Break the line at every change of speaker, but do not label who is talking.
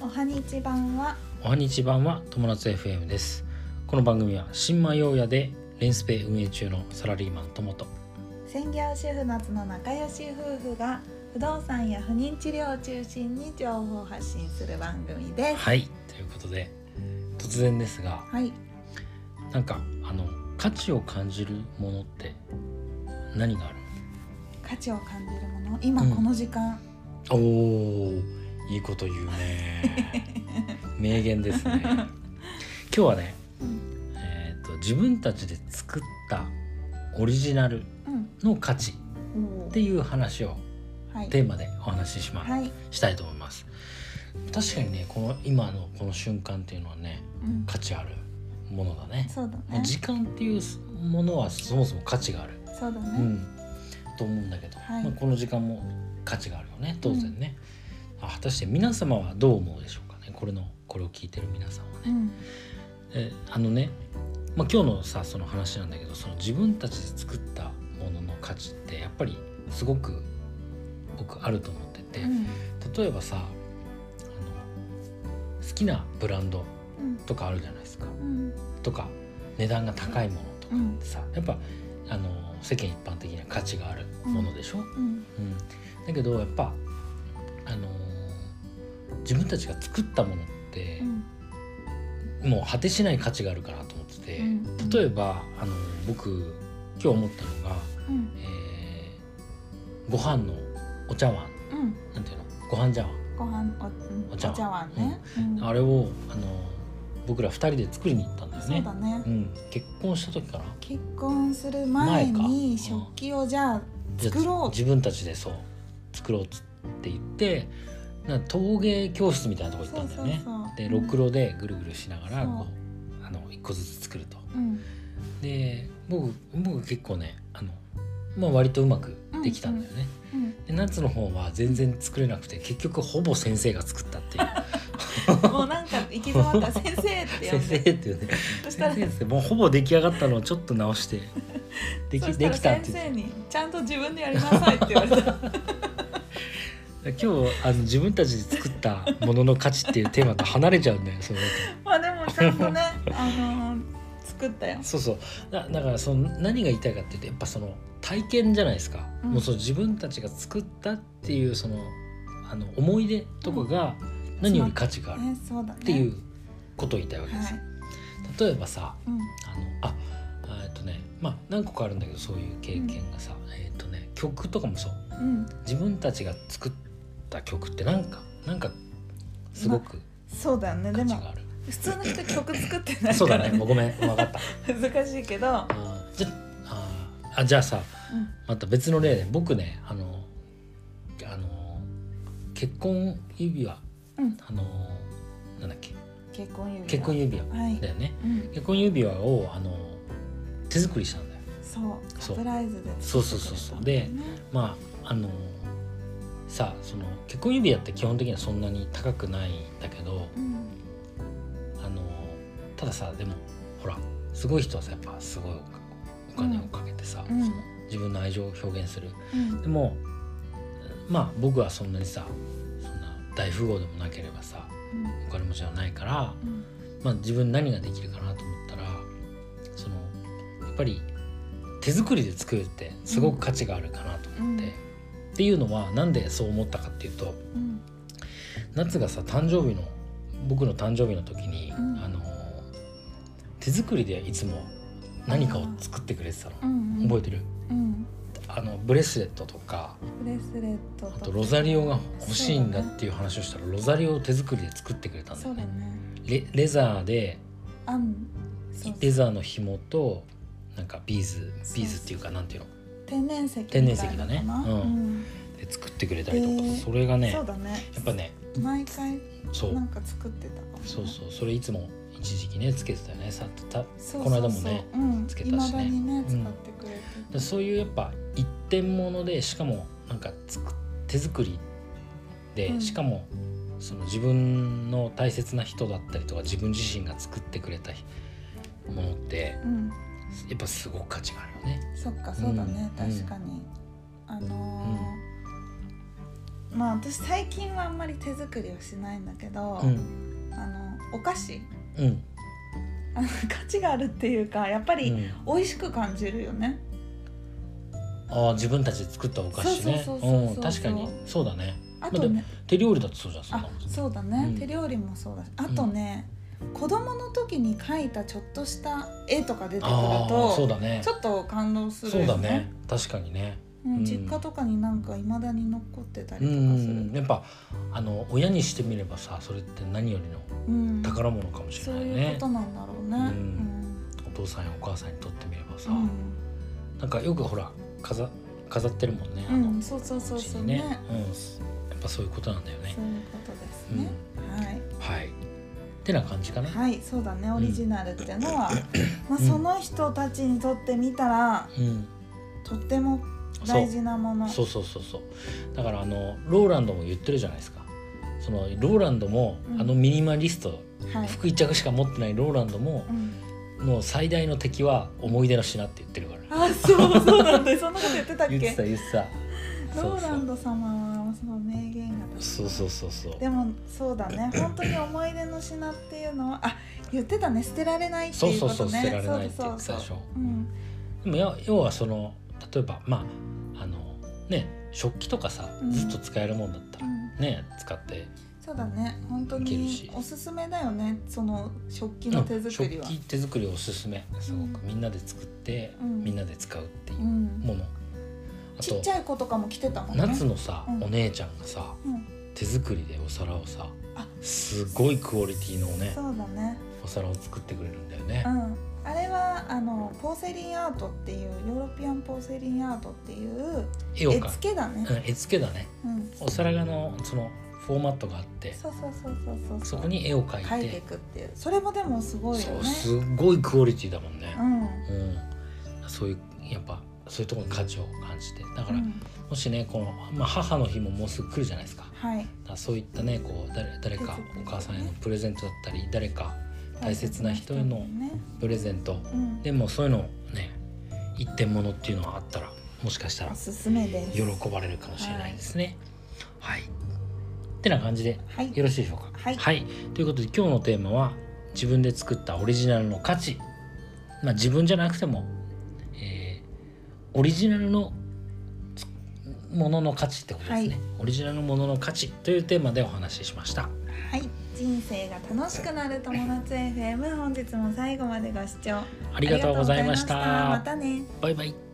はにち版は
おはにち版は友達 FM ですこの番組は新米陽也でレンスペ運営中のサラリーマン友と
専業主婦夏の仲良し夫婦が不動産や不妊治療を中心に情報発信する番組です。
はいということで突然ですが
はい、
なんかあの価値を感じるものって何がある
価値を感じるもの、今
うん
この時間、
おーいいこと言う ね名言ですね 今日はね、
うん、
えー、と自分たちで作ったオリジナルの価値
うん、
っていう話を
はい、
テーマでお話しします、
はい、
したいと思います確かにねこの今のこの瞬間っていうのはね
うん、
価値あるものだね
そうだ
もう
ね、
時間っていうものはそもそも価値がある、
そうだ
う
ね、
ん、と思うんだけど、
はい
まあ、この時間も価値があるよね当然ね、あ果たして皆様はどう思うでしょうかねこれのこれを聞いてる皆さんは
う
ね、
ん、
えあのね、まあ、今日のさその話なんだけどその自分たちで作ったものの価値ってやっぱりすごく僕あると思ってて、
うん、
例えばさあの好きなブランド
うん、
とかあるじゃないですか
うん、
とか値段が高いものとか
う
っ
ん
て、さやっぱあの世間一般的には価値があるものでしょ、うん
うん、
だけどやっぱあの自分たちが作ったものって
う、ん、
もう果てしない価値があるかなと思ってて、
うん
例えばあの僕今日思ったのが、
うん、
えーご飯のお茶碗
うん、
なんていうのご飯茶碗
ご飯お、うん、
お茶碗
碗ね、うん、
あれをあの僕ら2人で作りに行ったんだよ
そう
ね
だね
う、ん、結婚した時かな
結婚する前
前
に
か
食器をじゃあ
じゃあ
作ろう
自分たちでそう作ろうっつって言ってなんか陶芸教室みたいなとこ行ったんだよね
そうそうそう
でろくろでぐるぐるしなが
そ
ら
う
こうあの1個ずつ作ると
うん
で僕僕結構ねあの、まあ、割とうまくできたんだよね、
うん
で夏の方は全然作れなくて結局ほぼ先生が作っ たっていう
もうなんか行き詰まったら先生って呼ん
先生っ
で
ていうね
そした
先
ら
生ですねもうほぼ出来上がったのをちょっと直して で
そした
きで
ら
きたっ
先
て言って
生にちゃんと自分でやりなさいって言わ れた
今日あの自分たちで作ったものの価値っていうテーマと離れちゃうんだよその
まあでもちゃんとねあのー作ったよ
そうそうだだからその何が言いたいかっていうとやっぱその体験じゃないですか、
うん
もうその自分たちが作ったっていうそのあの思い出とかが何より価値がある
ねそうだね
っていうことを言いたいわけ
は
です、
い
例えばさ
うん
あのああえっとねまあ何個かあるんだけどそういう経験がさ、えっとね曲とかもそう
うん
自分たちが作った曲ってなんかなんかすごく
そうだよね
価
で
値
も
がある、
普通の人曲作ってない
そう
か
だ
ら
ねもう
ね
ごめん分かった
難しいけど
あーじゃあーあじゃあさ
うん
また別の例で僕ねあのあの結婚指輪
うん
あのなんだっけ
結婚指輪
結婚指輪
はい
だよね
うん
結婚指輪をあの手作りしたんだよ
そうサ
そう
プライズで
そうそうそうそう
ね
でまああのさあその結婚指輪って基本的にはそんなに高くないんだけど
うん
あのたださでもほらすごい人はさやっぱすごいお金をかけてさ、
うん
その自分の愛情を表現する
うん
でもまあ僕はそんなにさそんな大富豪でもなければさ
うん
お金持ちではないから、
うん
まあ、自分何ができるかなと思ったらそのやっぱり手作りで作るってすごく価値があるかなと思って、
うん
っていうのはなんでそう思ったかっていうと
うん
夏がさ誕生日の僕の誕生日の時に、
うん
あの手作りでいつも何かを作ってくれてたの
うんうん
覚えてる
うん
あのブレスレットとか
ブレスレット
あ
と
とロザリオが欲しいんだっていう話をしたらロザリオを手作りで作ってくれたんだ
そ
よ
うだ
ね。
ね
レレザーで
あんそう
レザーの紐となんかビーズビーズっていうかなんていうの
天然石みたい
天
な
然石だね
かな
うん
うん
で作ってくれたりとか、
へー
それがね
そ
や
うだね
っぱね
毎回
そう
なんか作ってたかもね
そうそうそれいつも一時期ねつけてたよねさた
そうそうそう
この間もね
うん
つけたしね
未だにね
ん
使ってくれて
でそういうやっぱ一点物でしかもなんかつく手作りで、
うん
しかもその自分の大切な人だったりとか自分自身が作ってくれたものって
うん
やっぱすごく価値があるよね。
そっかそうだね
うん
確かにあのーまあ私最近はあんまり手作りはしないんだけど、
うん
あのお菓子
うん
あの価値があるっていうかやっぱ
う
り
ん
美味しく感じるよね、
ああ自分たちで作ったお菓子ね
そうそうそうそう
うん確かにそうだね
あとね
手料理だとそうじゃんそん
あ
なもん
そうだね、
うん
手料理もそうだしあとね、子供の時に描いたちょっとした絵とか出てくる
ああそう
と、
だね
ちょっと感動する
そう
よね
だね確かにね
うん
うん
実家とかになんかいまだに残ってたり
う
とかする
んやっぱあの親にしてみればさそれって何よりの
うん
宝物かもし
そ
れ
う
ない
いう
ね
ことなんだろうね、
う
うんん
お父さんやお母さんにとってみればさ、
うん
なんかよくほら飾飾ってるもんねあの、
うんそうそうそう
うち
そう
に
ね
ねうん、やっぱそういうことなんだよね
そういうことですね、はい
はいってな感じかな、
はいそうだねオリジナルってのは、まあ、
うん
その人たちにとってみたら
うん
とっても
そ
大
う
事なもの
そうそうそうそうだからあのローランドも言ってるじゃないですかそのローランドも、
うん
あのミニマリスト
はい、
服一着しか持ってないローランドも
う、ん、
の最大の敵は思い出の品って言ってるから
あそうそうなんだそんなこと言ってたっ
言ってた
け
言ってた
ローランド様はその名言が
そうそうそうそうそう
でもそうだ ね本当に思い出の品っていうのはあ言ってたね捨てられないって
そう
いう
そ
こ
うそ
と
う捨
ね
てられないって言って
そう
たでし
そうそ
ょ
ううん
でも要要はその例えばまああのね食器とかさ
うん
ずっと使えるもんだったら、
うん
ね使って、
そうだね本当
いける
に
し
おすすめだよねその食器
う
の
ん
手作
食
りは、
器手作りおすすめすご
う
く、みんなで作って、
うん、
みんなで使うっていううんもの、あ
ちっ
と
ちゃい子とかも来てたもんね
夏のさ、
うん
お姉ちゃんがさ
うん、
手作りでお皿をさ
あ
すごいクオリティのね
そうだね
お皿を作ってくれるんだよね
う。んあれはあのポーセリンアートっていうヨーロピアンポーセリンアートっていう
絵を
絵
か
付けだね
うん、絵付けだね
うん
お皿がのそのフォーマットがあって
そうそうそうそうそう
そこに絵を描いて
描いていくっていうそれもでもすごいよ
そう
ね
すごいクオリティだもんね
う、ん
うんそういうやっぱそういうところに価値を感じてだから、
うん
もしねこの、まあ、母の日ももうすぐ来るじゃないですかだか
はい
らそういったねこう誰誰か
手作りとか
お
ね
母さんへのプレゼントだったり誰か大切な人への
ね
プレゼント
うん
でもそういうのをね一点物っていうのがあったらもしかしたら
おすすめです
喜ばれるかもしれないですね。はい、ってな感じで
はい
よろしいでしょうか。
はい
ということで今日のテーマは自分で作ったオリジナルの価値、まあ、自分じゃなくても、えーオリジナルのつものの価値ってことですね、
はい
オリジナルのものの価値というテーマでお話ししました。
はい人生が楽しくなる友達 FM 本日も最後までご視聴
ありがとうございました
ありがとうございましたまたね
バイバイ